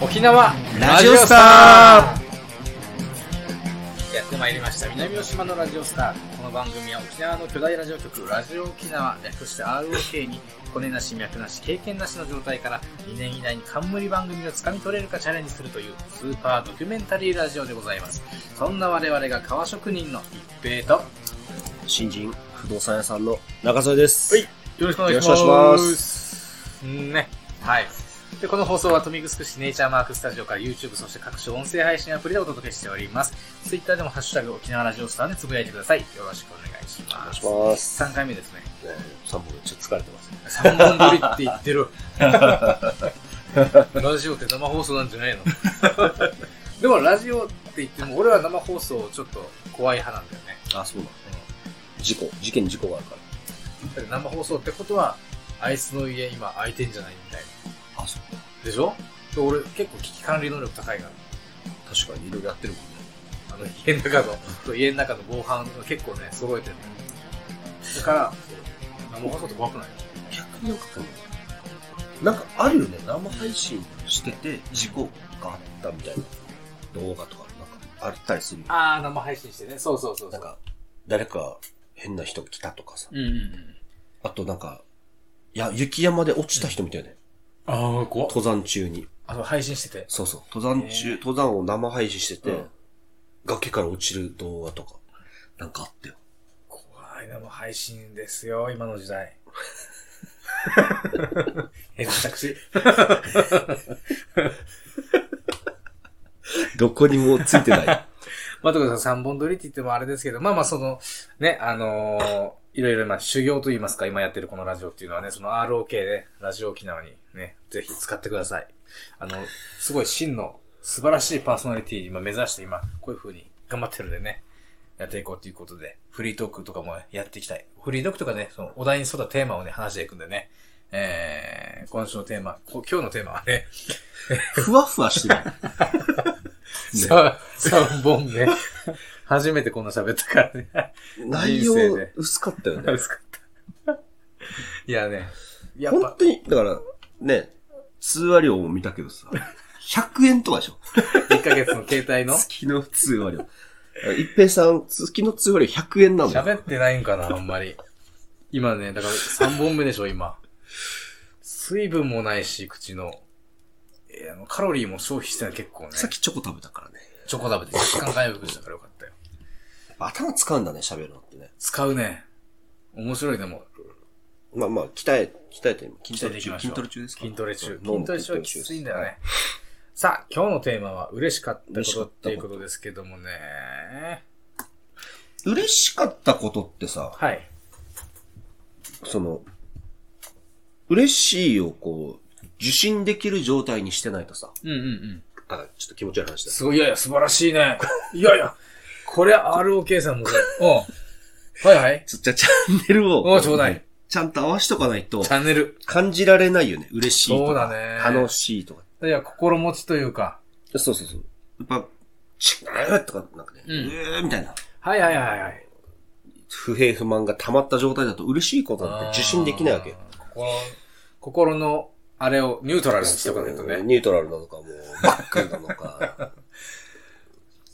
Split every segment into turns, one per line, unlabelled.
沖縄
ラジオスタ
ーやってまいりました南の島のラジオスターこの番組は沖縄の巨大ラジオ局ラジオ沖縄略して ROK に骨なし脈なし経験なしの状態から2年以内に冠番組がつかみ取れるかチャレンジするというスーパードキュメンタリーラジオでございますそんな我々が革職人の一平と
新人不動産屋さんの中添です。
はい。よろしくお願いします。
よろしくお願いしま
ね。はい。で、この放送は、富城市ネイチャーマークスタジオから YouTube、そして各種音声配信アプリでお届けしております。Twitter でもハッシュタグ沖縄ラジオスターでつぶやいてください。よろしくお願いし
お願
ま
い
す。
します。
3回目ですね。
三本ちょっと疲れてます。
3本撮りって言 ってる。ラジオって生放送なんじゃないのでも、ラジオって言っても、俺は生放送ちょっと怖い派なんだよね。
あ、そうなの。事故、事件事故があるか
だって生放送ってことは、あいつの家今空いてんじゃないみたいな。
ら。あ、そう。
でしょで俺結構危機管理能力高いか
確かにいろいろやってるもんね。
ら。あの家の中の、そう家の中の防犯を結構ね、揃えてるのだから、生放送って怖くない
逆になんかこうなんかあるよね。生配信してて事故があったみたいな動画とか、なんかあったりするよ。
あー、生配信してね。そうそうそう
なんか、誰か変な人来たとかさ。
うんうんうん。
あとなんか、いや、雪山で落ちた人みたいね。
ああ、怖っ。
登山中に。
あの、配信してて。
そうそう。登山
へ
中、登山を生配信してて、
うん
崖から落ちる動画とか、なんかあったよ。
怖い生配信ですよ、今の時 代。え、私。
どこにもつい てない。
まあ、とかさん、3本撮りって言ってもあれですけど、まあまあ、その、ね、あのーいろいろ、まあ、修行と言いますか、今やってるこのラジオっていうのはね、その ROK で、ラジオ沖縄にね、ぜひ使ってください。あの、すごい真の素晴らしいパーソナリティ今目指して今、こういう風に頑張ってるんでね、やっていこうということで、フリートークとかもやっていきたい。フリートークとかね、そのお題に沿ったテーマをね、話していくんでね、えー、今週のテーマ、こ今日のテーマはね、
ふわふわ してない。
さ3本目。初めてこんな喋ったからね。
内
人
容
生で
薄かったよね。
悪かった。 いやね。やっ
本
ぱ、
当に、だから、ね、通話料も見たけどさ、100円とかでしょ
1ヶ月の携帯の
月の通話料。一平さん、月の通話料100円なのよ。
喋ってないんかな、あんまり。今ね、だから3本目でしょ、今。水分もないし、口の。えーあのカロリーも消費してない、結構ね。
さっきチョコ食べたからね。
チョコ食べて若干回復したからよかったよ。
頭使うんだね、喋るのってね。
使うね。面白いでも、
まあまあ、鍛え、鍛えて、筋
期待
トレ
でき
中、
ましょう
筋トレ中ですか
筋トレ中。
脳
筋
の
トレ中はきついんだよね。さあ、今日のテーマは嬉しかった
嬉し
こ
か
と
っ
った
こと
ていうことですけどもね。
嬉しかったことってさ、
はい。
その、嬉しいをこう、受信できる状態にしてないとさ、
うんうんうん。
あ、ちょっと気持ち悪い話だ。
すごい、いやいや、素晴らしいね。いやいや、これ ROK さんもこれ。うん。はいはい。
ちょ、じゃあチャンネルを、
おちょうだい。
ちゃんと合わしとかないと
チ、ャンネル。
感じられないよね。嬉しいとか。
そうだね
楽しいとか。
いや、心持ちというか。
そうそうそう。やっぱ、ちうーとか、なんかね、う
うん
ーみたいな。
はいはいはいはい。
不平不満が溜まった状態だと嬉しいことなんて受信できないわけよ。
あー。心、心の、あれをニュートラルにしておかないとね。
ニュートラルなのか、もう、バックなの か、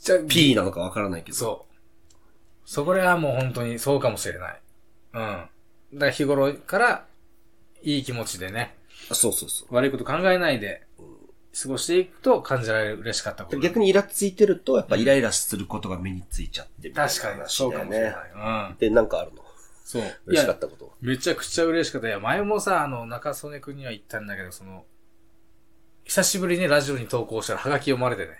じゃ
P なのかわからないけど。
そう。そこらはもう本当にそうかもしれない。うん。だから日頃から、いい気持ちでね、
あそうそうそう。
悪いこと考えないで、過ごしていくと感じられる嬉しかったこと。
逆にイラついてると、やっぱイライラすることが目についちゃってみたいな
確かに、そうかもしれない。
話だよね
うん。
で、なんかあるの
そう。
嬉しかったこと。
めちゃくちゃ嬉しかった。いや、前もさ、あの、中曽根くんには言ったんだけど、その、久しぶりにラジオに投稿したらハガキ読まれて ね。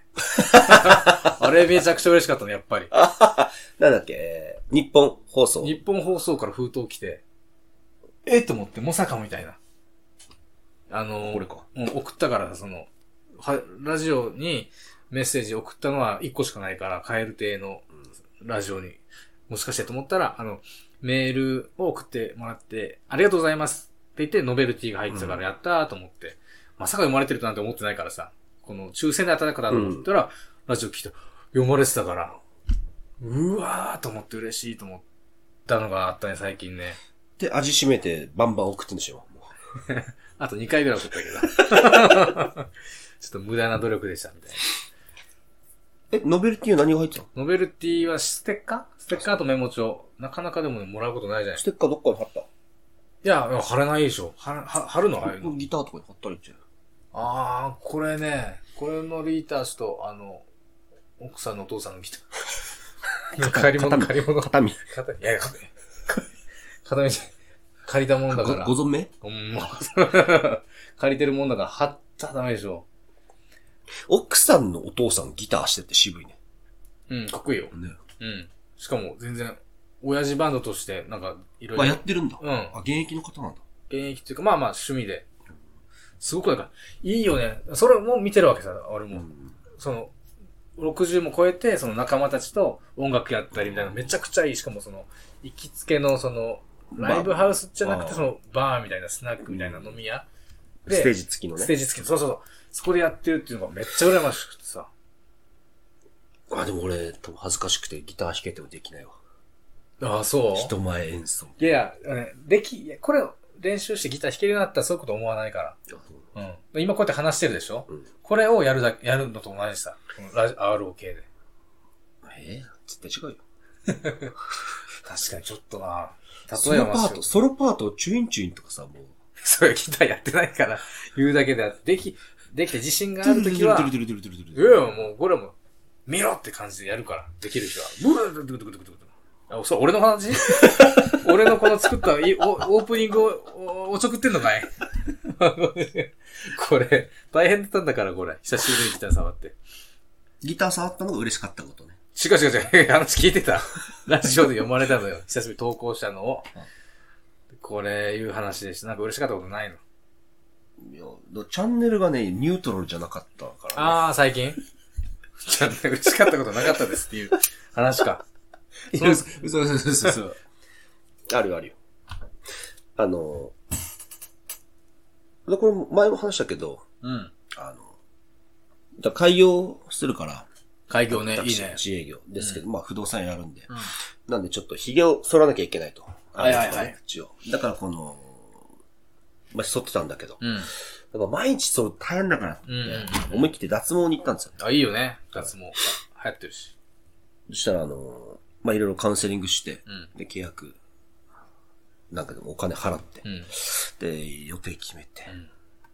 あれめちゃくちゃ嬉しかったね、やっぱり。
なんだっけ、えー日本放送。
日本放送から封筒来て、えっと思って、まさかみたいな。あの、
これか。
うん送ったから、その、は、ラジオにメッセージ送ったのは1個しかないから、カエル亭のラジオに、もしかしてと思ったら、あの、メールを送ってもらって、ありがとうございますって言って、ノベルティが入ってたか
う
ら、やったーと思って、まさか読まれてるなんて思ってないからさ、この抽選で当たったかなと思ったら、ラジオ聞いた、読まれてたから、うわーと思って嬉しいと思ったのがあったね、最近ね。
で、味しめてバンバン送ってんでしょ。もう
あと2回ぐらい送ったけど。ちょっと無駄な努力でした、みたいな。
え、ノベルティは何が入ってたの
ノベルティはステッカーステッカーとメモ帳。なかなかでもね、もらうことないじゃない
ステッカーどっかに貼った
いや、いや貼らないでしょ。貼らは貼るのああいうの。
ギターとかに貼ったりして
あー、これね、これのリーター氏と、あの、奥さんのお父さんの ギター。借り 物、
片身
借り物。
片身。
片いや、片身。片身じゃない借りたもんだから。
ご、ご存命
うん もう借りてるもんだから、貼ったらダメでしょ。
奥さんのお父さんギターしてて渋いね。
うん、かっこいいよ。
ね。
うん。しかも、全然、親父バンドとして、なんか、いろ
まあ、
い
や
ろ
っ。てるんだ。
うん。
あ、現役の方なんだ。
現役っていうか、まあまあ、趣味で。すごくなんか、いいよね。それも見てるわけさ、俺
う
も。
ん。
その、60も超えて、その仲間たちと音楽やったりみたいな、めちゃくちゃいい。しかもその、行きつけの、その、ライブハウスじゃなく
ま
て、
あ
その、バーみたいな、スナックみたいな飲み屋。で
ステージ付きの
ステ
ね。
ージ付きの、そうそうそう。そこでやってるっていうのがめっちゃ羨ましくてさ。
あ、でも俺、多分恥ずかしくてギター弾けてもできないわ。
ああ、そう
人前演奏。
いやいや、ねでき、いやこれを練習してギター弾けるようになったらそういうこと思わないから。うん。今こうやって話してるでしょ
うん
これをやるだけ、やるのと同じさ。このラジ ROK で。
ええ絶対違うよ。
確かにちょっとな
ソ
例え
ロ
ば
パート、ソロパート、チュインチュインとかさ、もう。
それギターやってないから、言うだけであって、でき、できて自信があるときは、
ルルルルルルル
いやいや、もうこれはもう、見ろって感じでやるから、できる人は。ブーブーブーブーブーブーあ、そう、俺の 話俺のこの作ったいおオープニングをおおちょくってんのかい これ、大変だったんだから、これ。久しぶりにギター触って。
ギター触ったのが嬉しかったことね。
違う違う違う、話聞いてた。ラジオで読まれたのよ。久しぶりに投稿したのを。これ、いう話でした。なんか嬉しかったことないの。
いや、だチャンネルがね、ニュートラルじゃなかったから、ね。
ああ、最近ちょっと嬉しかったことなかったですっていう話か。
いや嘘嘘嘘嘘嘘。あるよあるよ。あの、でこれも前も話したけど、
うん。
あの、だ開業するから、
開業ね、いい
私
ね。
自営業ですけど、まあ不動産やるんで。
うん
なんでちょっと髭を剃らなきゃいけないと。
はいはいはい
あの口を。だからこの、まあ剃ってたんだけど、
うん。
やっぱ毎日剃ると大変だからって、
うんうん
思い切って脱毛に行ったんですよ。
あ、いいよね。脱毛。流行ってるし。
そしたら、あの、まあ、いろいろカウンセリングして、
うん。
で、契約、なんかでもお金払って
う、ん。
で、予定決めて、
ん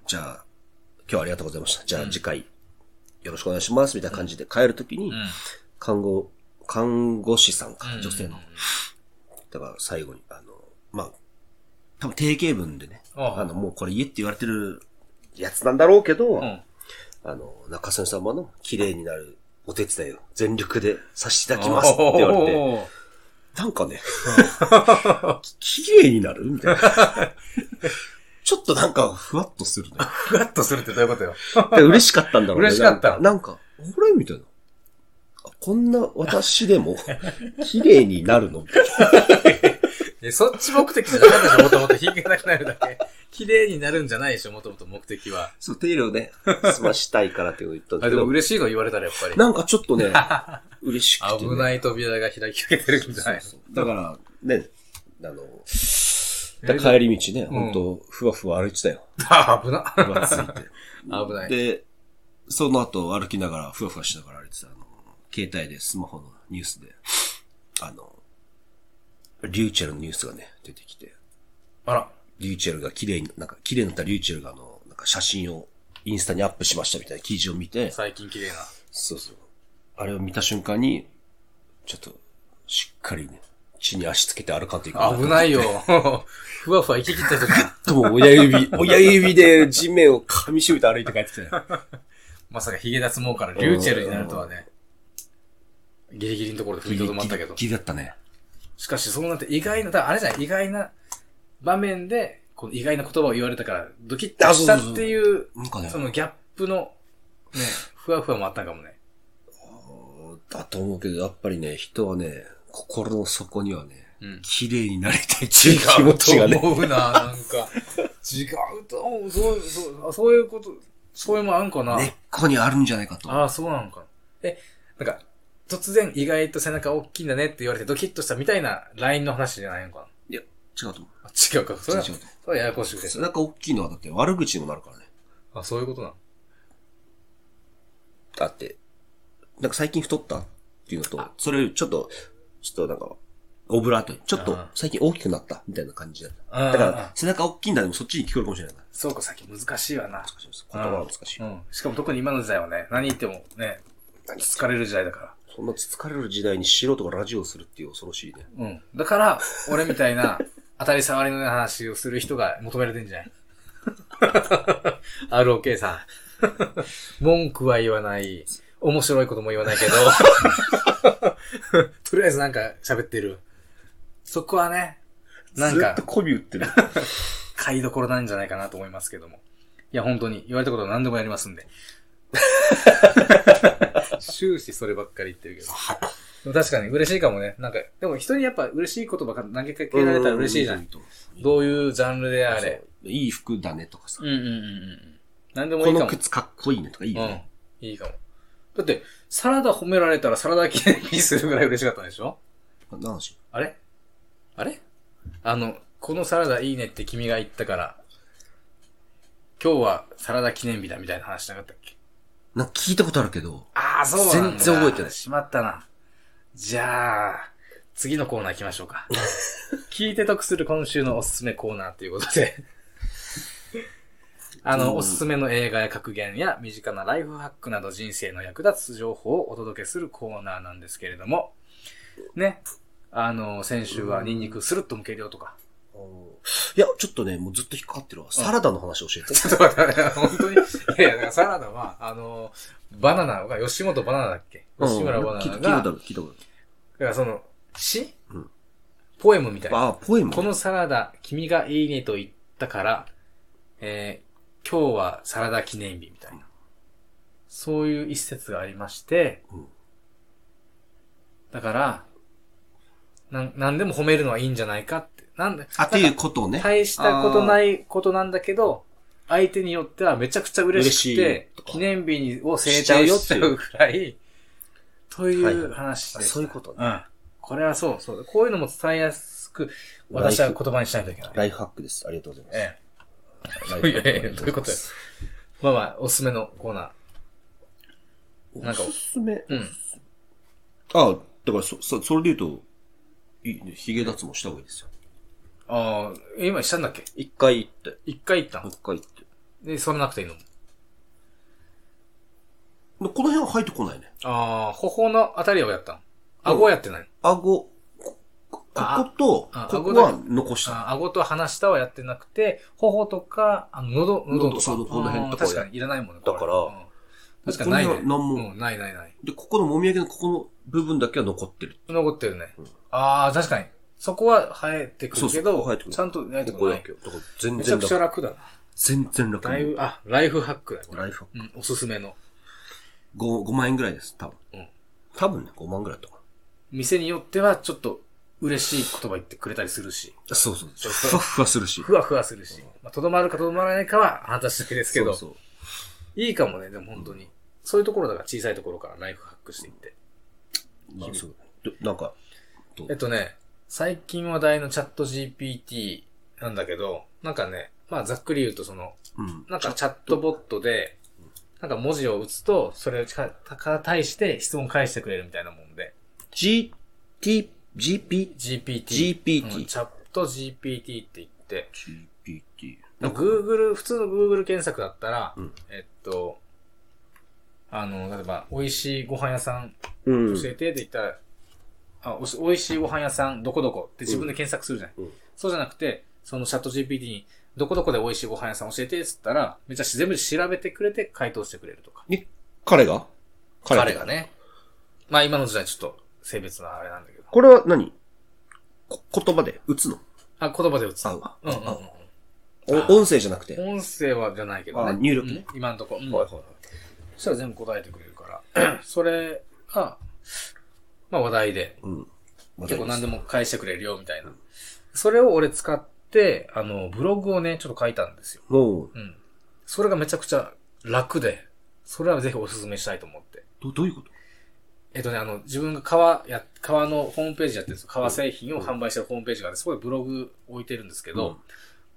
じゃあ、今日はありがとうございました。じゃあ次回、よろしくお願いします、みたいな感じで帰るとき
う
に、
ん。
看護、看護師さんか
う、ん
女性の。だから最後に、あの、まあ、多分定型文でね、
ああ
あの、もうこれ家って言われてるやつなんだろうけ
う
ど、
ん。
あの、中曽根様の綺麗になるお手伝いを全力でさせていただきますって言われて、
おー
なんかね、き綺麗になる みたいな。ちょっとなんか、ふわっとす るね。
ふわっとするってどういうことよ。
で嬉しかったんだろうね。
嬉しかった
なんか、なんかあれみたいな。あこんな私でも、綺麗になる のみたいな
え、そっち目的じゃなかったでしょ、もともと。品がなくなるだけ。 綺麗になるんじゃないでしょ、もともと目的は。
そう、手入れをね、済ましたいからっていうのを言ったん だ
あ、で
け
も
ど、
嬉しいの言われたらやっぱり。
なんかちょっ とね、嬉しくて、ね。
危ない扉が開きかけてるんじゃない
そうそうだから、ね、あの、
え
だ帰り道ね、
うん
ほんと、ふわふわ歩いてたよ。
あ危な。
ふわついて。
危ない。
で、その後歩きながら、ふわふわしながら歩いてた、あの、携帯でスマホのニュースで、あの、リューチェルのニュースがね、出てきて、
あら。
リューチェルが綺麗に、なんか綺麗になったリューチェルがあの、なんか写真をインスタにアップしましたみたいな記事を見て、
最近綺麗な。
そうそう。あれを見た瞬間に、ちょっと、しっかりね、地に足つけて歩かんといかん
危ないよ。 ふわふわ行き切った人が、
とも親指、親指で地面を噛みしめて歩いて帰ってきたよ。
まさかヒゲ脱毛からリューチェルになるとはね。ギリギリのところで踏みとどまったけど。
ギリギリだったね。
しかし、そうなって意外な、だからあれじゃない、意外な場面で、この意外な言葉を言われたから、ドキッとしたっていう、
なんかね、
そのギャップの、ね、ふわふわもあったかもね。
だと思うけど、やっぱりね、人はね、心の底にはね、
うん。
綺麗になりたいっていう 気持ちが
違うと
ね、
思うな、なんか。違うと思う。そう、そう、あそういうこと、そういうもんあんかな。
根っこにあるんじゃないかと。
ああ、そうなのか。え、なんか、突然意外と背中大きいんだねって言われてドキッとしたみたいなラインの話じゃないのかな。
いや、違うと思う。
あ違うか。それは、
違う
そ
違う
れはややこしくて。
背中大きいのはだって悪口にもなるからね。
あ、そういうことなの。
あって、なんか最近太ったっていうのと、それよりちょっと、ちょっとなんか、オブラートに、ちょっと
あ
最近大きくなったみたいな感じだった。
あ
だから、背中大きいんだでもそっちに聞こえるかもしれないな。
そうか、さっき難しいわな。
難しいです言葉は難しい。
うん。しかも特に今の時代はね、何言ってもね、疲れる時代だか
そんなつつかれる時代に素人がラジオをするっていう恐ろしいね。
ら。うん。だから、俺みたいな、当たり障りのない話をする人が求められてんじゃない ?ROK さん。文句は言わない。面白いことも言わないけど。 とりあえずなんか喋ってる。そこはね、なんか
ずっと、媚び売っ てる。
買いどころなんじゃないかなと思いますけども。いや、本当に、言われたことは何でもやりますん で。終始そればっかり言ってるけど。でも確かに嬉しいかもね。なんか、でも人にやっぱ嬉しい言葉が投げかけられたら嬉しいじゃん。どういうジャンルであれ。
そういい服だねとかさ
うん。うんうんうん。何でもい
こ
いか
の
も。
靴かっこいいねとかいいよね。
うん。いいかも。だって、サラダ褒められたらサラダ記念にするぐらい嬉しかったんでしょ
何の話
あれあれあの、このサラダいいねって君が言ったから、今日はサラダ記念日だみたいな話しなかったっけ
なんか聞いたことあるけど、
ああ、そうなんだ。
全然覚えてない
しまったな。じゃあ、次のコーナー行きましょう か。聞いて得する今週のおすすめコーナーということで。 あ
う
の、
ん
おすすめの映画や格言や身近なライフハックなど人生の役立つ情報をお届けするコーナーなんですけれども、ね、あの、先週はニンニクスルッと剥けるよとか、
いや、ちょっとね、もうずっと引っかかってるわ。サラダの話教えて。
ちょっと待って、本当に。いやいや、だからサラダは、あの、バナナが、吉本バナナだっけ吉村バナ
聞い
ナ
た聞
が、
いたこと
だ
ある、聞いたこと
からその、詩、
うん
ポエムみたい
ある。
な。
ああ、ポエムね。
このサラダ、君がいいねと言ったから、えー今日はサラダ記念日みたいな。そういう一節がありまして、
うん
だから、なん、なんでも褒めるのはいいんじゃないかって。なんで、
あ、っていうことをね。
大したこと
い。
ないことなんだけど、相手によってはめちゃくちゃ嬉しく
嬉していと、か
記念日を制定しちゃうくらい、という話です、
はいそういうことね
うん。これはそう、そう。こういうのも伝えやすく、私は言葉にしないといけない。
ライフハックです。ありがとうございます。
ええ。
ライフハッ
い
ク
やいやいやどういうことやまあまあ、おすすめのコーナなんか
おすすめ。
ー。うん。
あ、だからそ、そ、それで言うと、いいね、髭脱毛した方がいいですよ。
ああ、今したんだっけ
一回行って。
一回行ったの
一回行って。
で、それなくていいの
この辺は入ってこないね。
ああ、頬のあたりをやったの顎やってないの
顎、こここと、
あ
ここ
顎だ
は残した。
あ顎と鼻下はやってなくて、頬とか、あの喉、喉とか。
喉そうこの辺とか
あー確かにいらないもんね。これ
だから
うん確かにない
こ
ね
こ。には何も
うんないないない。
で、ここのもみあげのここの部分だけは残ってる。
残ってるね
うん。
ああ、確かに。そこは生えてくるけ
そう
ど、
そう生えてくる
ちゃんと生えて
こ
こ
こ
な
だ
い
け。。だから全
めちゃ
然
くちゃ
楽。
楽だな。
全然楽。
だいぶ、あ、ライフハックだよ、これ。
ライフハッ
うん、おすすめの。
ク。5、5万円ぐらいです、多分。
うん
多分ね、5万ぐらいだったか
店によっては、ちょっと、嬉しい言葉言ってくれたりするし、
な。そうそう。
そう
ふわふわするし。
ふわふわするし、まあ、とどまるかとどまらないかは、あなた次第ですけど、
そうそう。
いいかもね、でも本当に。そういうところだから、小さいところからライフハックしていって。
まあ、そう。でなんか、
えっとね、最近話題のチャット GPT なんだけど、なんかね、まあざっくり言うとその、
うん。
なんかチャットボットで、なんか文字を打つと、それをかか対して質問返してくれるみたいなもんで、
G、T、GP、
GPT。
GPT
うんチャット GPT って言って、
GPT。なんか、
Google、普通の Google 検索だったら、
うん
えっと、あの、例えば、美味しいご飯屋さん
うん。
教えてって言ったら、あおし美味しいご飯屋さん、どこどこって自分で検索するじゃない。
うんうん
そうじゃなくて、そのチャット GPT に、どこどこで美味しいご飯屋さん教えてって言ったら、めっちゃ全部調べてくれて回答してくれるとか。
え、彼が
彼が。ね。まあ今の時代ちょっと性別のあれなんだけど。
これは何こ言葉で打つの
あ、言葉で打つ。
あ、
うんうんうん
お音声じゃなくて。
音声はじゃないけど
あ
ね。
入力ね
うん今のとこ。うん
はいはいはい
そしたら全部答えてくれるから。 それが、まあ話題で。
うん。
結構何で
も。
も返してくれるよ、みたいな。それを俺使って、あの、ブログをね、ちょっと書いたんですよ。
もう、
うん。それがめちゃくちゃ楽で、それはぜひおすすめしたいと思って。
ど、どういうこと
えっとね、あの、自分が革や、革のホームページやってるんですよ。革製品を販売してるホームページがあって、そこでブログ置いてるんですけど、
うん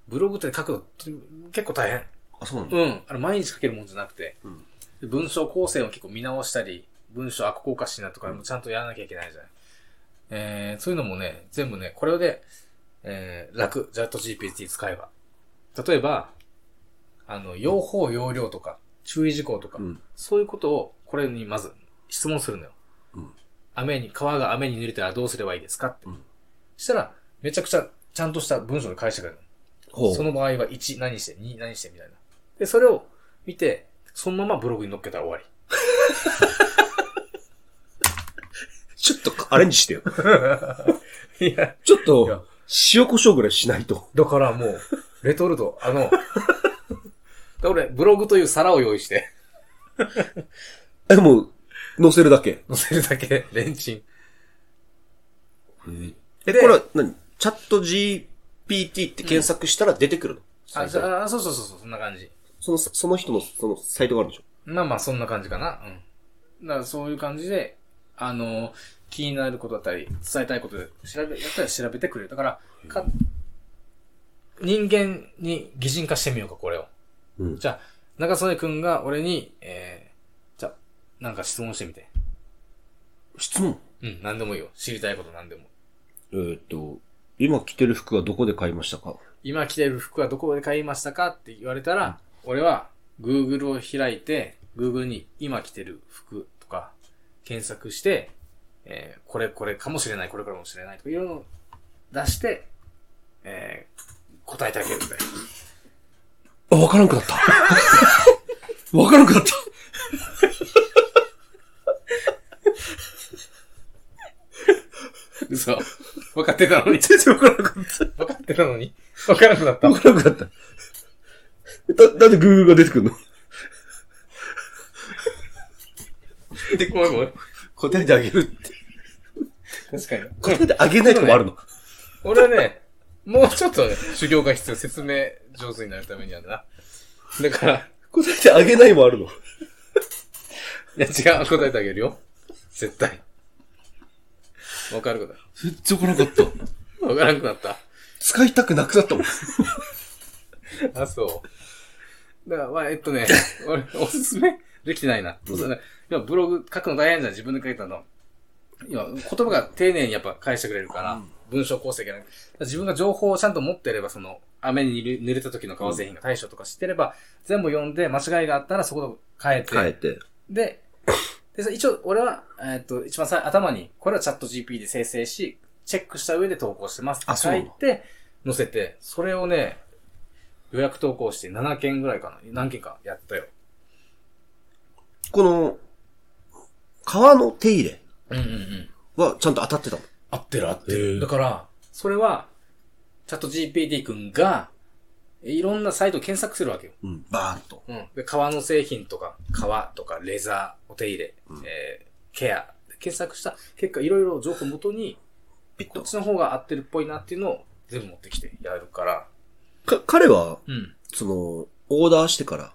ブログって書くのって結構大変。
あ、そうなんだ。
うん。あれ、毎日書けるもんじゃなくて、
うん
で文章構成を結構見直したり、文章あ、ここおかしいなとかもちゃんとやらなきゃいけないじゃない。えー、そういうのもね、全部ね、これで、えー、楽、チャット GPT 使えば。例えば、あの、用法、用量とか、注意事項とか、
うん
そういうことを、これにまず質問するのよ。
うん
雨に、川が雨に濡れたらどうすればいいですかって。
うん
したら、めちゃくちゃ、ちゃんとした文章で返してくれるの。
ほう。
その場合は1何して、2何してみたいな。で、それを見て、そのままブログに載っけたら終わり。
ちょっとアレンジしてよ。
いや、
ちょっ
いや
と、塩胡椒ぐらいしないと。
だからもう、レトルト、あの、で俺、ブログという皿を用意して、
え、もう、乗せるだけ。
載せるだけ、レンチン。
え、
で
これは何チャット GPT って検索したら出てくるの、サ
あ、
イト
そあそうそうそうそう、そんな感じ。
その、その人の、そのサイトがあるんでしょ
まあまあ、そんな感じかな。うん。だからそういう感じで、あの、気になることだったり、伝えたいことで、調べ、やったら調べてくれる。だから、か、人間に擬人化してみようか、これを。
うん。
じゃあ、中曽根くんが俺に、えー、じゃあ、なんか質問してみて。
質問
うん、なんでもいいよ。知りたいことなんでも。
えーっと、今着てる服はどこで買いましたか
今着てる服はどこで買いましたかって言われたら、俺は Google を開いて、Google に今着てる服とか検索して、えーこれこれかもしれない、これかもしれないとかいろいろの出して、えー答えてあげるんだよ。
あ、わからんくなった。 わからんくなった。
嘘。分かってたのに。
全然わからんくなっ た。
分かってたのに。分からなくなった。
わからんくなった。だ、なんで Google が出てくるの
で、ごめんごめん。
答えてあげるって。
確かに。
答えてあげないとこもあるの、
俺はね、もうちょっとね、修行が必要、説明上手になるためにはな。だから、
答えてあげないもあるの
いや違う、答えてあげるよ。絶対。わかること
全然わからんかった。
だ。わからなくなった。
使いたくなくなったもん。
あ、そう。だから、まあ、えっとね、俺、おすすめできてないな。そうね今、ブログ書くの大変じゃん、自分で書いたの。今、言葉が丁寧にやっぱ返してくれるから、文章構成がない。だから自分が情報をちゃんと持ってれば、その、雨に濡れ濡れた時の革製品が対処とか知ってれば、全部読んで、間違いがあったらそこで変えて、
変えて。
で、でそ一応、俺は、えーっと、一番さ頭に、これはチャット GP で生成し、チェックした上で投稿してますっ
あ
て
そう
書
なの
いて、載せて、それをね、予約投稿して7件ぐらいかな。何件かやったよ。
この、川の手入れ
うんうんうん。
はちゃんと当たってたの。
合ってる合って
へ
る。
ー
だから、それは、チャット GPT 君が、いろんなサイトを検索するわけよ。
うん。バーンと。
うん。で、革の製品とか、革とか、レザー、お手入れ、えーケア、検索した結果、いろいろ情報を元に、
ビッ
こっ
と。
ちの方が合ってるっぽいなっていうのを全部持ってきてやるから。
か、彼は、
うん。
その、オーダーしてから、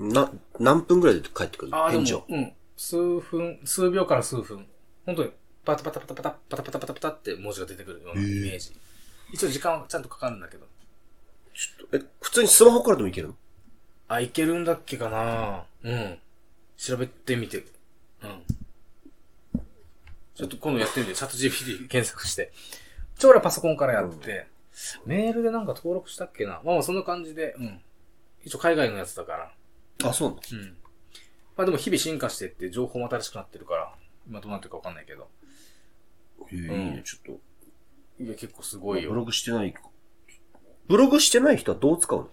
な、何分ぐらいで帰ってくる
あ
の
あ、で
返事を
も、。うん。数分、数秒から数分。本当に、パタパタパタパタ、パタパタパタパタって文字が出てくるようなイメージ。一応時間はちゃんとかかるんだけど。
ちょっとえ、普通にスマホからでもいけるの
あ、いけるんだっけかなうん。調べてみて。うん。ちょっと今度やってみて、チャット GPT 検索して。ちょ、俺はパソコンからやって、メールでなんか登録したっけなまあまあそんな感じで、うん。一応海外のやつだから。
あ、そうなの
うん。まあでも日々進化してって情報も新しくなってるから、今どうなってるかわかんないけど。
へえ、いい
うん
ね、ちょっ
いや、結構す
と。
ごい
ブ
よ。
ログしてないか。ブログしてない人はどう使うの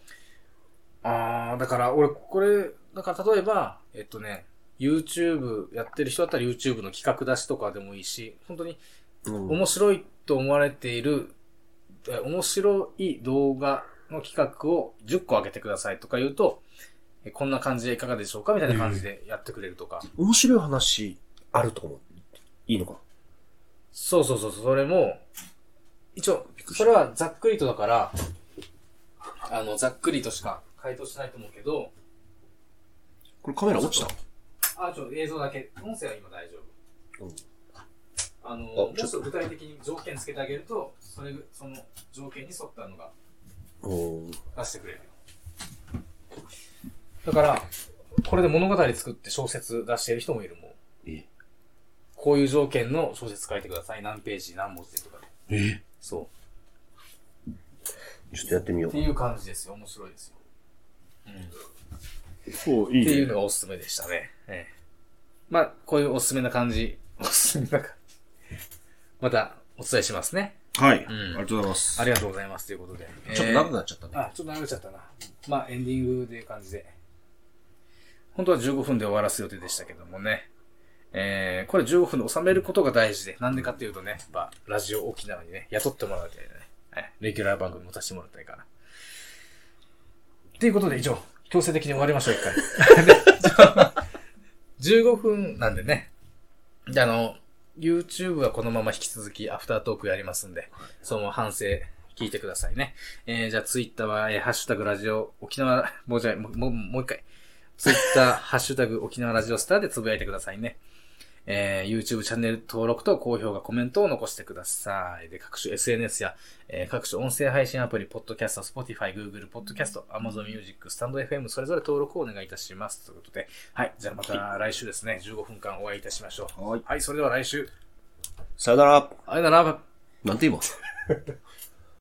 あー、だから俺、これ、だから例えば、えっとね、YouTube やってる人だったら YouTube の企画出しとかでもいいし、本当に
うん。
面白いと思われている、え面白い動画の企画を10個上げてくださいとか言うと、えこんな感じでいかがでしょうかみたいな感じでやってくれるとか。
面白い話あると思う。いいのか
そうそうそうそう、それも、一応
びっ、くりし
そ
た
れはざっくりとだから、あの、ざっくりとしか回答しないと思うけど、
これカメラ落ちた
あ、ちょ、映像だけ、音声は今大丈夫。
うん
あの、
あ
もう
ち
ち
ょ
ょっ
っ
と具
と
体的に条件つけてあげると、それ、その条件に沿ったのが
おー
出してくれるよ。だから、ここれで物語作って小説出してる人もいるもん。
え
こういう条件の小説書いてください。何ページ、何文字でとかで。
え
そう。
ちょっとやってみよ
っていう感じですよ。面白いですよ。
う。そう、い
っていう
ね。
のがおすすめでしたね。ええ、まあ、こういうおすすめな感じ。 おすすめな感じ。また、お伝えしますね。
はい、
ん
ありがとうございます。
ありがとうございます。ということで。
ちょっと長くなっちゃったね。
あ、ちょっと流れちゃったな。まあ、エンディングという感じで。本当は15分で終わらす予定でしたけどもね。えー、これ15分で収めることが大事で、なんでかっていうとね、やっぱ、ラジオ沖縄にね、雇ってもらうたいね。はい。レギュラー番組持たせてもらいたいから。ということで、以上、強制的に終わりましょう、一回。15分なんでね。で、あの、YouTube はこのまま引き続きアフタートークやりますんで、その反省聞いてくださいね。えー、じゃあツイッターは、えーハッシュタグラジオ沖縄、もうじゃあもう、もう、もう一回。ツイッター、 ハッシュタグ沖縄ラジオスターでつぶやいてくださいね。えー、YouTube チャンネル登録と高評価、コメントを残してください。で、各種 SNS や、えー各種音声配信アプリ、Podcast、Spotify、Google、Podcast、Amazon Music、StandFM、それぞれ登録をお願いいたします。ということで、はい。じゃあまた来週ですね、15分間お会いいたしましょう。
はい
それでは来週。
さよなら。
あれだなら。
なんて言えば